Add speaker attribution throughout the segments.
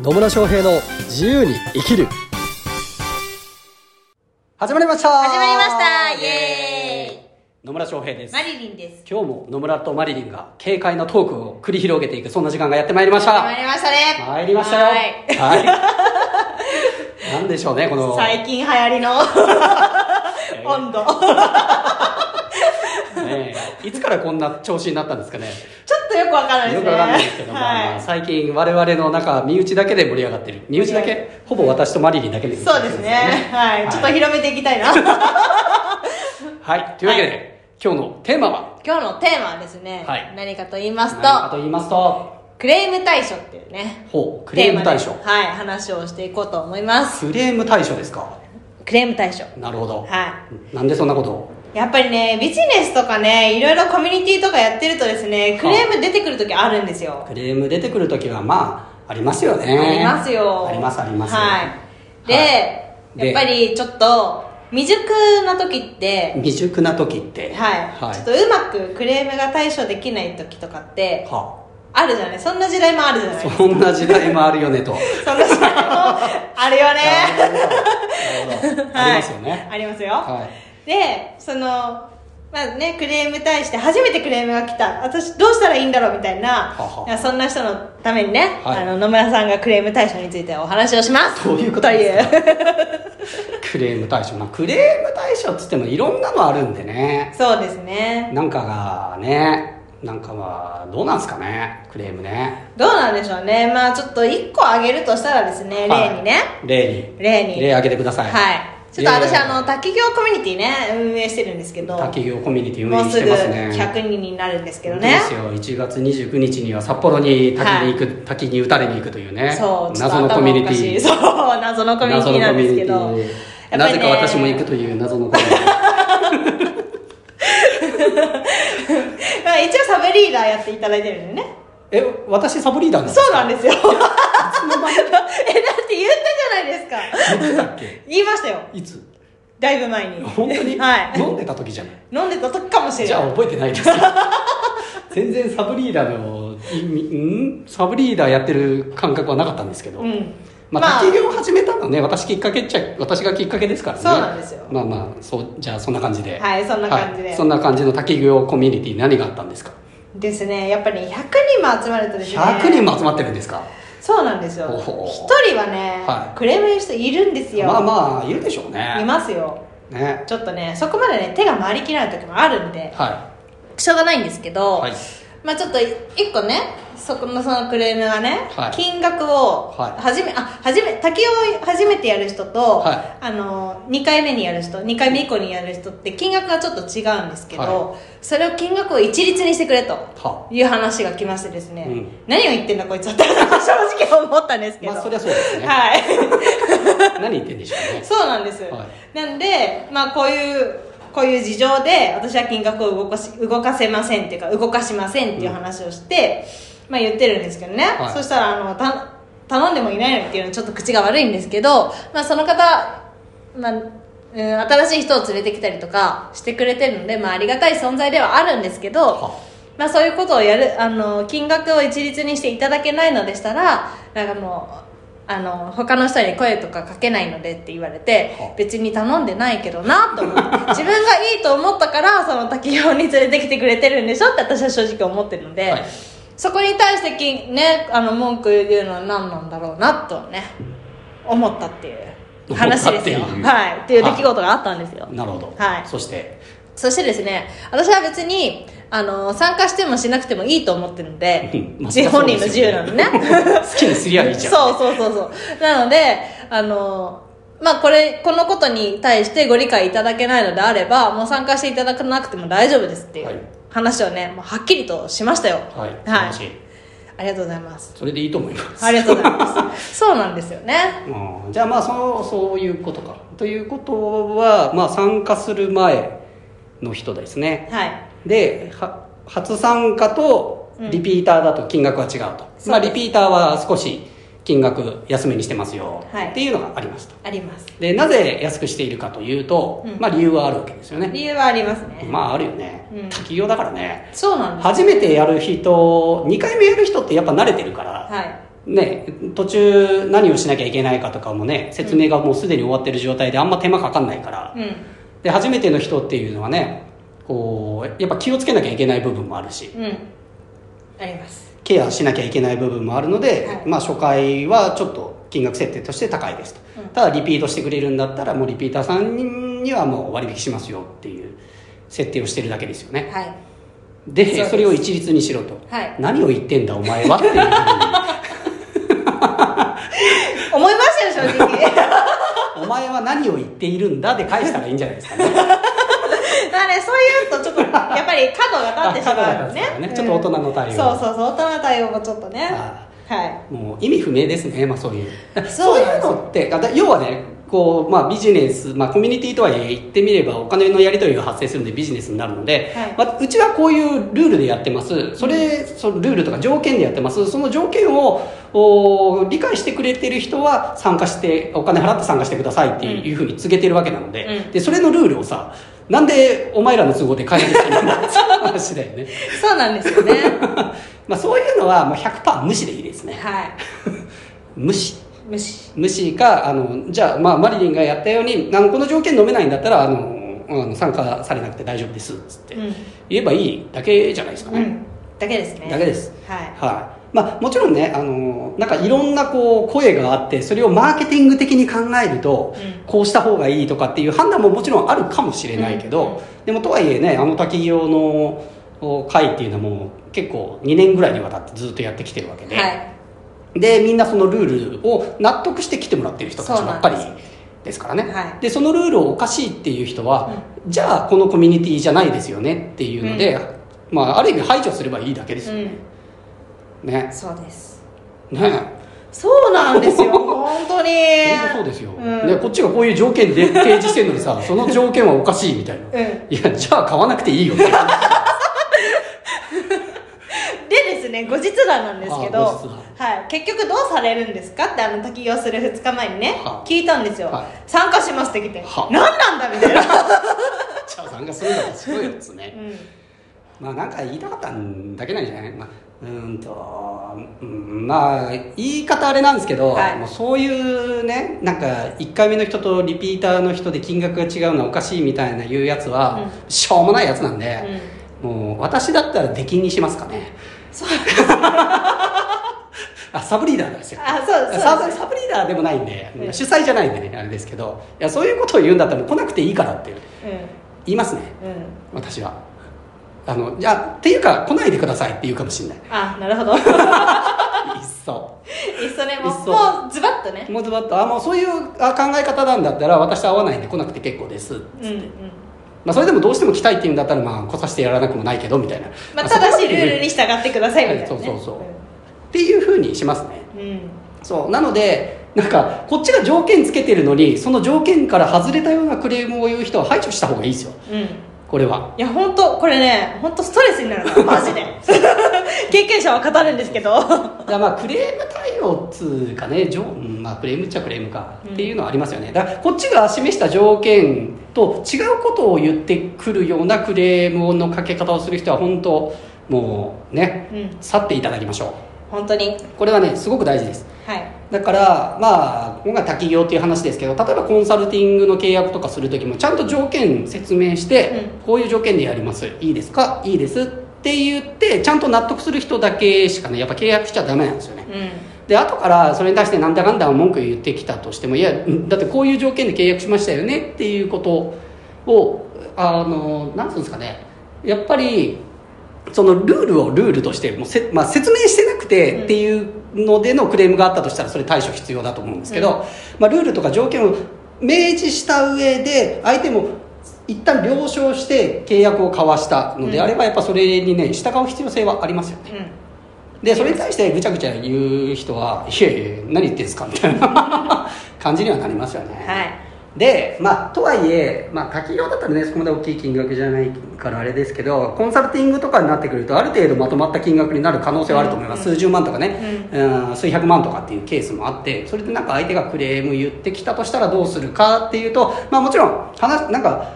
Speaker 1: 野村翔平の自由に生きる始まりました
Speaker 2: 始まりましたイエ
Speaker 1: ーイ野村翔平です
Speaker 2: マリリンです。
Speaker 1: 今日も野村とマリリンが軽快なトークを繰り広げていくそんな時間がやってまいりました
Speaker 2: 参りましたね。
Speaker 1: 参りましたよ
Speaker 2: は
Speaker 1: はい
Speaker 2: い。
Speaker 1: なんでしょうねこの
Speaker 2: 最近流行りの温度。ちょ
Speaker 1: ねえいつからこんな調子になったんですかね
Speaker 2: っとよくわからないで
Speaker 1: よ
Speaker 2: す
Speaker 1: くわ
Speaker 2: ね。
Speaker 1: かんないですけど、まあまあ
Speaker 2: は
Speaker 1: 最近我々の中身内だけで盛り上がってる身内だ
Speaker 2: は
Speaker 1: けほぼ私とマリリンだけで
Speaker 2: い。そうですね。はい。ちょっと広めていきたいな。
Speaker 1: はいというわけで、
Speaker 2: は
Speaker 1: 今日のテーマは
Speaker 2: 今日のテーマはですね、
Speaker 1: はい
Speaker 2: 何かと言います
Speaker 1: 何か
Speaker 2: と、
Speaker 1: と言いますと
Speaker 2: クレーム対処っていうね、
Speaker 1: ほうクレーム対
Speaker 2: テ
Speaker 1: 処
Speaker 2: マではい、話をしていこうと思います。
Speaker 1: クレーム対処ですか
Speaker 2: クレーム対処。
Speaker 1: なるほど、
Speaker 2: は
Speaker 1: なんでそんなことを
Speaker 2: やっぱりね、ビジネスとかね、いろいろコミュニティとかやってるとですね、クレーム出てくるときあるんですよ。
Speaker 1: クレーム出てくるときはまあありますよね
Speaker 2: ありますよ
Speaker 1: ありますあります
Speaker 2: はいで、
Speaker 1: はい
Speaker 2: やっぱりちょっと未熟な時って
Speaker 1: 未熟な時って
Speaker 2: はい、ちょっとうまくクレームが対処できない時とかって
Speaker 1: は
Speaker 2: あるじゃないそんな時代もあるじゃない
Speaker 1: あそんな時代もあるよ ねと
Speaker 2: そんな時代もあるよね
Speaker 1: なるほどなるほど
Speaker 2: はい
Speaker 1: ありますよね
Speaker 2: ありますよ、
Speaker 1: はい
Speaker 2: でそのまあねクレーム対して初めてクレームが来た私どうしたらいいんだろうみたいな
Speaker 1: はは
Speaker 2: そんな人のためにね、
Speaker 1: はい
Speaker 2: あの野村さんがクレーム対処についてお話をします
Speaker 1: どういうことですかクレーム対処まあクレーム対処っつってもいろんなのあるんでね
Speaker 2: そうですね
Speaker 1: なんかがねなんかはどうなんすかねクレームね
Speaker 2: どうなんでしょうねまあちょっと1個あげるとしたらですね
Speaker 1: はい
Speaker 2: 例にね、
Speaker 1: 例に
Speaker 2: 例に
Speaker 1: 例挙げてください
Speaker 2: はいちょっと私
Speaker 1: 例
Speaker 2: あの他企業コミュニティね運営してるんですけど
Speaker 1: 他企業コミュニティ運
Speaker 2: も
Speaker 1: 営
Speaker 2: う
Speaker 1: し
Speaker 2: す
Speaker 1: て
Speaker 2: ぐ
Speaker 1: ますね
Speaker 2: 100人になるんですけど
Speaker 1: 本
Speaker 2: ね
Speaker 1: 当ですよ1月29日には札幌に滝に行く、滝に打たれに行くというね
Speaker 2: そうちょっと
Speaker 1: 謎のコミュニテ
Speaker 2: 頭おかしい
Speaker 1: ィ
Speaker 2: そう謎のコミュニティなんですけ
Speaker 1: 謎の
Speaker 2: ど
Speaker 1: コミュニティ
Speaker 2: や
Speaker 1: な
Speaker 2: っぱ
Speaker 1: ぜ
Speaker 2: り
Speaker 1: か
Speaker 2: ね
Speaker 1: 私も行くという謎のコミュニテ
Speaker 2: まあ一応サブリーダーやっていただいてるんでね
Speaker 1: ィえ私サブリーダーなんです
Speaker 2: そうなん
Speaker 1: で
Speaker 2: ですよえだって 言ったじゃないですか
Speaker 1: 言ってたっけ
Speaker 2: 言いましたよ
Speaker 1: い つ
Speaker 2: だいぶ前に
Speaker 1: 本当に、
Speaker 2: はい
Speaker 1: 飲んでた時じゃない
Speaker 2: 飲んでた時かもしれない
Speaker 1: じゃあ覚えてないですよ全然サブリーダーの意味んサブリーダーやってる感覚はなかったんですけど、
Speaker 2: うん
Speaker 1: まあ、他企業を始めたのね私きっかけっちゃ私がきっかけですからね
Speaker 2: そうなんですよ
Speaker 1: まあまあそうじゃあそんな感じでは
Speaker 2: はいそんな感じで
Speaker 1: いそんな感じの他企業コミュニティ何があったんですか
Speaker 2: ですねやっぱり、ね、100人も集まるとですね
Speaker 1: 100人も集まってるんですか
Speaker 2: そうなんですよ
Speaker 1: お
Speaker 2: 一
Speaker 1: ほ
Speaker 2: 人はね、
Speaker 1: はい
Speaker 2: クレーム言う人いるんですよ
Speaker 1: まあまあいるでしょう
Speaker 2: い
Speaker 1: ね
Speaker 2: ますよ
Speaker 1: ね
Speaker 2: ちょっとねそこまでね手が回りきらない時もあるんで
Speaker 1: は
Speaker 2: しょうがないんですけ
Speaker 1: い
Speaker 2: ど、
Speaker 1: はい
Speaker 2: まあちょっと一個ねそこのそのクレームがね、
Speaker 1: はい
Speaker 2: 金額を
Speaker 1: はい
Speaker 2: はじめ、あ初め滝を初めてやる人と、
Speaker 1: は
Speaker 2: あの2回目にやる人2回目以降にやる人って金額がちょっと違うんですけど、
Speaker 1: は
Speaker 2: それを金額を一律にしてくれと
Speaker 1: は
Speaker 2: いう話が来ましてですね、
Speaker 1: うん
Speaker 2: 何を言ってんだこいつはって私は正直思ったんですけど、
Speaker 1: まあそりゃそうですね、
Speaker 2: はい
Speaker 1: 何言ってんでしょうね
Speaker 2: そうなんです、
Speaker 1: は
Speaker 2: なんでまあこういうこういう事情で私は金額を動かし動かせませんっていうか動かしませんっていう話をして、まあ言ってるんですけどね、
Speaker 1: はい
Speaker 2: そしたらあのた頼んでもいないのにっていうのはちょっと口が悪いんですけど、まあ、その方、まあうん、新しい人を連れてきたりとかしてくれてるので、まあ、ありがたい存在ではあるんですけど、
Speaker 1: は
Speaker 2: まあ、そういうことをやるあの金額を一律にしていただけないのでしたらなんかもうあの他の人に声とかかけないのでって言われて
Speaker 1: は
Speaker 2: 別に頼んでないけどなと思って 自分がいいと思ったからその滝行に連れてきてくれてるんでしょって私は正直思ってるので、
Speaker 1: はい
Speaker 2: そこに対してき、ね、あの文句言うのは何なんだろうなとはね思ったっていう話ですよ
Speaker 1: 思ったっていう
Speaker 2: はい、っていう出来事があったんですよ、
Speaker 1: なるほど、
Speaker 2: はい
Speaker 1: そして
Speaker 2: そしてですね私は別にあの参加してもしなくてもいいと思ってるので
Speaker 1: うんまあ
Speaker 2: 自本人の自由なのね
Speaker 1: 好きにすりゃいいじゃん
Speaker 2: そうそうそうそうなのであのまあこれこのことに対してご理解いただけないのであればもう参加していただかなくても大丈夫ですってい
Speaker 1: はいう
Speaker 2: 話をね、もうはっきりとしましたよ
Speaker 1: はい素晴
Speaker 2: は
Speaker 1: らし
Speaker 2: い
Speaker 1: い、
Speaker 2: ありがとうございます
Speaker 1: それでいいと思います
Speaker 2: ありがとうございま すそうなんですよね
Speaker 1: うんじゃあまあそのそういうことかということは、まあ、参加する前の人ですね
Speaker 2: はい
Speaker 1: では初参加と
Speaker 2: うん
Speaker 1: リピーターだと金額は違うと、
Speaker 2: す
Speaker 1: まあ、リピーターは少し金額安めにしてますよ、
Speaker 2: はい
Speaker 1: っていうのがありました
Speaker 2: あります
Speaker 1: でなぜ安くしているかというと、
Speaker 2: うん
Speaker 1: まあ理由はあるわけですよね
Speaker 2: 理由はありますね、
Speaker 1: まああるよね、
Speaker 2: うん
Speaker 1: 多企業だからね
Speaker 2: そうなんです
Speaker 1: 初めてやる人2回目やる人ってやっぱ慣れてるから、
Speaker 2: はい
Speaker 1: ね、途中何をしなきゃいけないかとかもね説明がもうすでに終わってる状態であんま手間かかんないから、
Speaker 2: うん
Speaker 1: で初めての人っていうのはねこうやっぱ気をつけなきゃいけない部分もあるし
Speaker 2: うんあります
Speaker 1: ケアしなきゃいけない部分もあるので、
Speaker 2: はい
Speaker 1: まあ、初回はちょっと金額設定として高いですと、
Speaker 2: うん
Speaker 1: ただリピートしてくれるんだったらもうリピーターさんにはもう割引しますよっていう設定をしてるだけですよね
Speaker 2: はい
Speaker 1: で
Speaker 2: そう
Speaker 1: そ
Speaker 2: です
Speaker 1: れを一律にしろと、
Speaker 2: はい
Speaker 1: 何を言ってんだお前はっていうふうに
Speaker 2: 思いましたよ正 直
Speaker 1: お前は何を言っているんだで返したらいいんじゃないですかね。
Speaker 2: だからねそういうとちょっとやっぱり角が立ってしまう
Speaker 1: あ角が
Speaker 2: のね
Speaker 1: 立つからねちょっと大人の対応
Speaker 2: うんそうそうそう大人の対応もちょっとね
Speaker 1: あ
Speaker 2: は
Speaker 1: もう意味不明ですね、まあそういう。
Speaker 2: そ
Speaker 1: そうう
Speaker 2: なん
Speaker 1: い
Speaker 2: です
Speaker 1: うのって、あだ要はね、こう、まあビジネス、まあコミュニティとはいえ言ってみればお金のやり取りが発生するんでビジネスになるので、
Speaker 2: はい
Speaker 1: まあうちはこういうルールでやってます。それ、そのルールとか条件でやってます。その条件をお理解してくれてる人は参加して、お金払って参加してくださいっていう,、ふうに告げてるわけなので、
Speaker 2: うん
Speaker 1: で、それのルールをさ、なんでお前らの都合で変えなきゃいけないんだって話だよね。
Speaker 2: いそうなんですよね
Speaker 1: まあそういうのはもう100%無視でいいですね。
Speaker 2: はい
Speaker 1: 無視。
Speaker 2: 無視
Speaker 1: 無視か、あの、じゃあ、まあ、マリリンがやったように、あの、この条件飲めないんだったら、あの、あの参加されなくて大丈夫です、つって、
Speaker 2: うん
Speaker 1: 言えばいいだけじゃないですか
Speaker 2: う
Speaker 1: ね。
Speaker 2: んだけですね
Speaker 1: だけです。
Speaker 2: はい
Speaker 1: はい。まあ、もちろんね、あの、なんかいろんなこう、声があって、それをマーケティング的に考えると、
Speaker 2: うん
Speaker 1: こうした方がいいとかっていう判断ももちろんあるかもしれないけ
Speaker 2: うんう
Speaker 1: ど、でもとはいえね、あの滝用のお会っていうのはもう結構2年ぐらいにわたってずっとやってきてるわけで、
Speaker 2: はい
Speaker 1: でみんなそのルールを納得して来てもらってる人たちばっかり
Speaker 2: そうな
Speaker 1: ですからね
Speaker 2: はい
Speaker 1: でそのルールをおかしいっていう人は、じゃあこのコミュニティじゃないですよねっていうので、まあ、ある意味排除すればいいだけですよね、
Speaker 2: うん
Speaker 1: ね
Speaker 2: そうです
Speaker 1: ね
Speaker 2: そうなんです よ本当に
Speaker 1: 本当そうですよ、
Speaker 2: うん
Speaker 1: ね、こっちがこういう条件で提示してるのに さその条件はおかしいみたいな、
Speaker 2: うん
Speaker 1: いやじゃあ買わなくていいよって話
Speaker 2: でですね後日談なんですけど、
Speaker 1: あ後日
Speaker 2: はい、結局どうされるんですかってあの滝行する2日前にね
Speaker 1: はあ
Speaker 2: 聞いたんですよ、
Speaker 1: はい
Speaker 2: 参加しますって来て、
Speaker 1: はあ
Speaker 2: 何なんだみた いな、
Speaker 1: じゃあ参加するんだからすごいよっつね
Speaker 2: うん
Speaker 1: まあなんか言いたかったんだけなんじゃない、まあ、うーんと、うんまあ言い方あれなんですけど、
Speaker 2: はい
Speaker 1: もうそういうねなんか1回目の人とリピーターの人で金額が違うのはおかしいみたいな言うやつは、
Speaker 2: う
Speaker 1: しょうもないやつなんで、もう私だったら出禁にしますかね
Speaker 2: そう
Speaker 1: あサブリーダーなんですよ
Speaker 2: あそうそう
Speaker 1: サブサブリーダーでもないんで、
Speaker 2: うん
Speaker 1: 主催じゃないんでねあれですけどいやそういうことを言うんだったらもう来なくていいからって言いますね
Speaker 2: うんうん
Speaker 1: 私はあのいやっていうか来ないでくださいって言うかもしれない
Speaker 2: あな るほどい
Speaker 1: いっそ
Speaker 2: っそねもう
Speaker 1: いっそ
Speaker 2: もうズバッとね
Speaker 1: もうズバッとあもうそういうあ考え方なんだったら私と会わないんで来なくて結構です、
Speaker 2: うんうん
Speaker 1: まあ、それでもどうしても来たいっていうんだったら、まあ、来させてやらなくもないけどみたいな、
Speaker 2: まあ、
Speaker 1: そ
Speaker 2: た
Speaker 1: こま
Speaker 2: だ
Speaker 1: で
Speaker 2: しルールに従ってくださいみたいな、ね、
Speaker 1: はいそうそうそうっていうふうにしますね
Speaker 2: うん、うん
Speaker 1: そうなのでなんかこっちが条件つけてるのにその条件から外れたようなクレームを言う人は排除した方がいいですよ
Speaker 2: うん
Speaker 1: これはい
Speaker 2: や本当これね本当ストレスにな るのマジで経験者は語るんですけど
Speaker 1: だからまあクレーム対応っつうかねじょうんまあ、クレームっちゃクレームか
Speaker 2: うん
Speaker 1: っていうのはありますよねだからこっちが示した条件と違うことを言ってくるようなクレームのかけ方をする人は本当もうね
Speaker 2: うん
Speaker 1: 去っていただきましょ
Speaker 2: 本当に
Speaker 1: うこれはねすごく大事です
Speaker 2: はい
Speaker 1: だからまあ今回滝行っていう話ですけど例えばコンサルティングの契約とかする時もちゃんと条件説明して、こういう条件でやりますいいですかいいですって言ってちゃんと納得する人だけしかねやっぱ契約しちゃダメなんですよね
Speaker 2: う
Speaker 1: で後からそれに対してなんだかんだ文句言ってきたとしてもいやだってこういう条件で契約しましたよねっていうことをあのなんつうんですかねやっぱりそのルールをルールとしてもうせ、まあ、説明してなく
Speaker 2: うん
Speaker 1: てっていうのでのクレームがあったとしたらそれ対処必要だと思うんですけど、
Speaker 2: う
Speaker 1: まあ、ルールとか条件を明示した上で相手も一旦了承して契約を交わしたのであればやっぱそれにね従う必要性はありますよね。
Speaker 2: んうん
Speaker 1: でそれに対してぐちゃぐちゃ言う人は「いやいや何言ってんすか」みたいな 感じにはなりますよね、
Speaker 2: はい
Speaker 1: でまあとはいえ、まあ、滝行だったらねそこまで大きい金額じゃないからあれですけどコンサルティングとかになってくるとある程度まとまった金額になる可能性はあると思います、
Speaker 2: うん
Speaker 1: 数十万とかね、うん数百万とかっていうケースもあってそれでなんか相手がクレーム言ってきたとしたらどうするかっていうとまあもちろん話なんか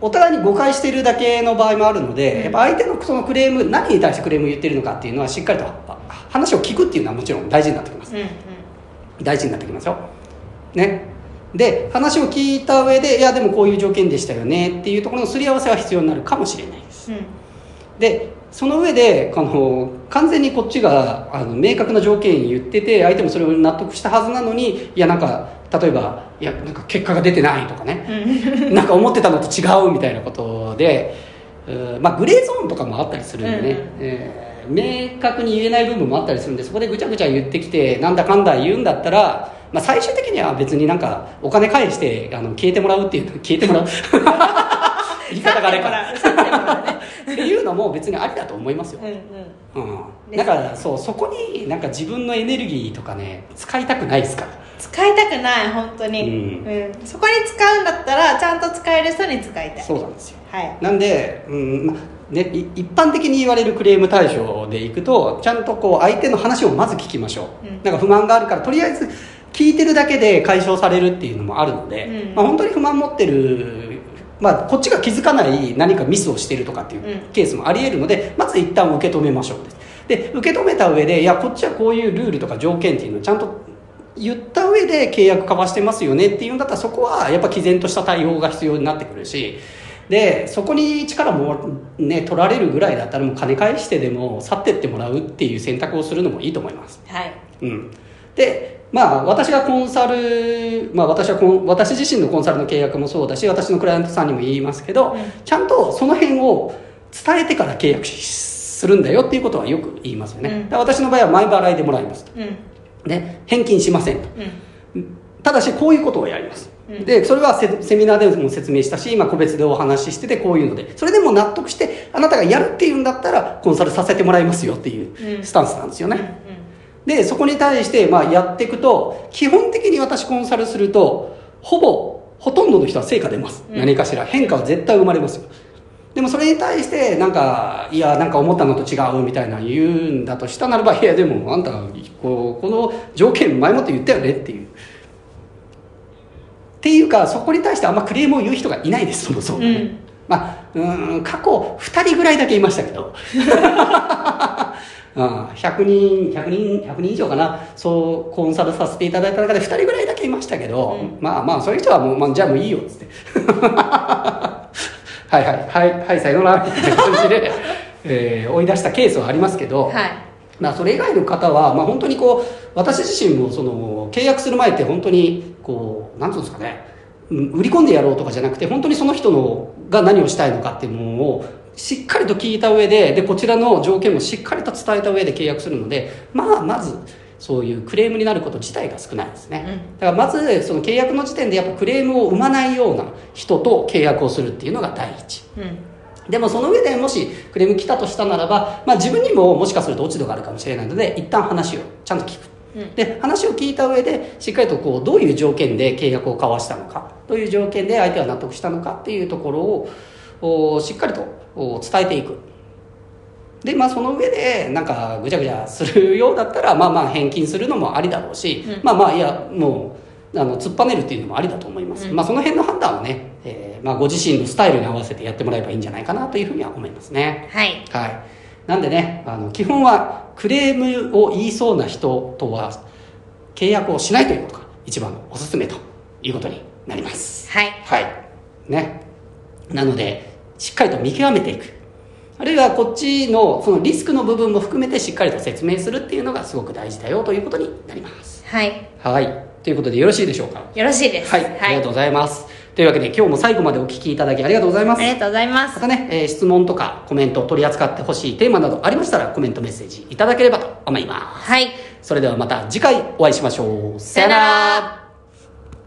Speaker 1: お互いに誤解してるだけの場合もあるので、
Speaker 2: うん
Speaker 1: やっぱ相手のそのクレーム何に対してクレーム言ってるのかっていうのはしっかりとはは話を聞くっていうのはもちろん大事になってきます
Speaker 2: うんうん
Speaker 1: 大事になってきますよ。ね。で、話を聞いた上で、いや、でもこういう条件でしたよねっていうところのすり合わせは必要になるかもしれないです。
Speaker 2: うん
Speaker 1: で、その上で、あの、完全にこっちが、あの、明確な条件言ってて、相手もそれを納得したはずなのに、いや、なんか、例えば、いや、なんか結果が出てないとかね、 なんか思ってたのと違うみたいなことで、うーまあ、グレーゾーンとかもあったりするんでね、
Speaker 2: うん
Speaker 1: えー明確に言えない部分もあったりするんで、そこでぐちゃぐちゃ言ってきて、なんだかんだ言うんだったら、まあ、最終的には別になんか、お金返して、あの、消えてもらうっていう、 消えても らう。言い方があれかな。
Speaker 2: 去ってもらうね
Speaker 1: っていうのも別にありだと思いますよ、
Speaker 2: うんうん
Speaker 1: うん、
Speaker 2: ね
Speaker 1: だからそうそこになんか自分のエネルギーとかね使いたくないですから
Speaker 2: 使いたくない本当に、
Speaker 1: う
Speaker 2: うんんそこに使うんだったらちゃんと使える人に使いたい
Speaker 1: そうなんですよ
Speaker 2: はい
Speaker 1: なんで、うんまね、い一般的に言われるクレーム対象でいくとちゃんとこう相手の話をまず聞きましょう、
Speaker 2: うん
Speaker 1: なんか不満があるからとりあえず聞いてるだけで解消されるっていうのもあるので、
Speaker 2: うん
Speaker 1: まあ、本当に不満持ってる、まあ、こっちが気づかない何かミスをしてるとかっていう
Speaker 2: うん
Speaker 1: ケースもありえるのでまず一旦受け止めましょうですで受け止めた上でいやこっちはこういうルールとか条件っていうのをちゃんと言った上で契約交わしてますよねっていうんだったらそこはやっぱ毅然とした対応が必要になってくるしでそこに力も、ね、取られるぐらいだったらもう金返してでも去ってってもらうっていう選択をするのもいいと思います。
Speaker 2: はい
Speaker 1: うん、でまあ私がコンサル、まあ、私はコン私自身のコンサルの契約もそうだし私のクライアントさんにも言いますけど、
Speaker 2: うん
Speaker 1: ちゃんとその辺を伝えてから契約しするんだよっていうことはよく言いますよね、
Speaker 2: うん
Speaker 1: だから私の場合は前払いでもらいますと、
Speaker 2: うん
Speaker 1: ね、返金しませんと
Speaker 2: うん
Speaker 1: ただしこういうことをやります、
Speaker 2: うん
Speaker 1: でそれはセセミナーでも説明したし今個別でお話ししててこういうのでそれでも納得してあなたがやるっていうんだったらコンサルさせてもらいますよっていう
Speaker 2: うん
Speaker 1: スタンスなんですよね、
Speaker 2: う
Speaker 1: で、そこに対して、まあ、やっていくと、基本的に私コンサルすると、ほぼ、ほとんどの人は成果出ます。
Speaker 2: うん
Speaker 1: 何かしら。変化は絶対生まれますよ。でもそれに対して、なんか、いや、なんか思ったのと違うみたいなの言うんだとしたならば、いや、でも、あんた、こうこの条件前もって言ったよねっていう。っていうか、そこに対してあんまクレームを言う人がいないです、そもそも。
Speaker 2: うん
Speaker 1: まあ、うーん、過去2人ぐらいだけいましたけど。うん100人、100人、100人以上かな、そう、コンサルさせていただいた中で2人ぐらいだけいましたけど、
Speaker 2: うん
Speaker 1: まあまあ、そういう人はもう、まあ、じゃあもういいよ、つって。 はいはい、はい、はい、さよなら、みたいな感じで、えー追い出したケースはありますけど、
Speaker 2: んはい
Speaker 1: まあ、それ以外の方は、まあ、本当にこう私自身もその契約する前って本当にこうなんていうんですかねうん売り込んでやろうとかじゃなくて本当にその人のが何をしたいのかっていうものをしっかりと聞いた上ででこちらの条件もしっかりと伝えた上で契約するので、まあ、まずそういうクレームになること自体が少ないですね、
Speaker 2: うん
Speaker 1: だからまずその契約の時点でやっぱクレームを生まないような人と契約をするっていうのが第一
Speaker 2: うん
Speaker 1: でもその上でもしクレーム来たとしたならば、まあ、自分にももしかすると落ち度があるかもしれないので一旦話をちゃんと聞く、
Speaker 2: うん
Speaker 1: で話を聞いた上でしっかりとこうどういう条件で契約を交わしたのかどういう条件で相手は納得したのかっていうところをおしっかりとお伝えていくでまあその上でなんかぐちゃぐちゃするようだったらまあまあ返金するのもありだろうし、
Speaker 2: うん
Speaker 1: まあまあいやもうあの突っぱねるっていうのもありだと思います、
Speaker 2: うん
Speaker 1: まあその辺の判断をね、えーまあ、ご自身のスタイルに合わせてやってもらえばいいんじゃないかなというふうには思いますね
Speaker 2: はい
Speaker 1: はいなんでねあの基本はクレームを言いそうな人とは契約をしないということが一番のおすすめということになります
Speaker 2: はい
Speaker 1: はい。ね。なので、しっかりと見極めていく。あるいはこっちのそのリスクの部分も含めてしっかりと説明するっていうのがすごく大事だよということになります。
Speaker 2: はい
Speaker 1: はい。ということでよろしいでしょうか
Speaker 2: よろしいです
Speaker 1: はい。ありがとうございます。というわけで今日も最後までお聞きいただきありがとうございます
Speaker 2: あ。りがとうございま
Speaker 1: ますたね、えー質問とかコメント取り扱ってほしいテーマなどありましたらコメントメッセージいただければと思います。
Speaker 2: はい
Speaker 1: それではまた次回お会いしましょう。
Speaker 2: さよなら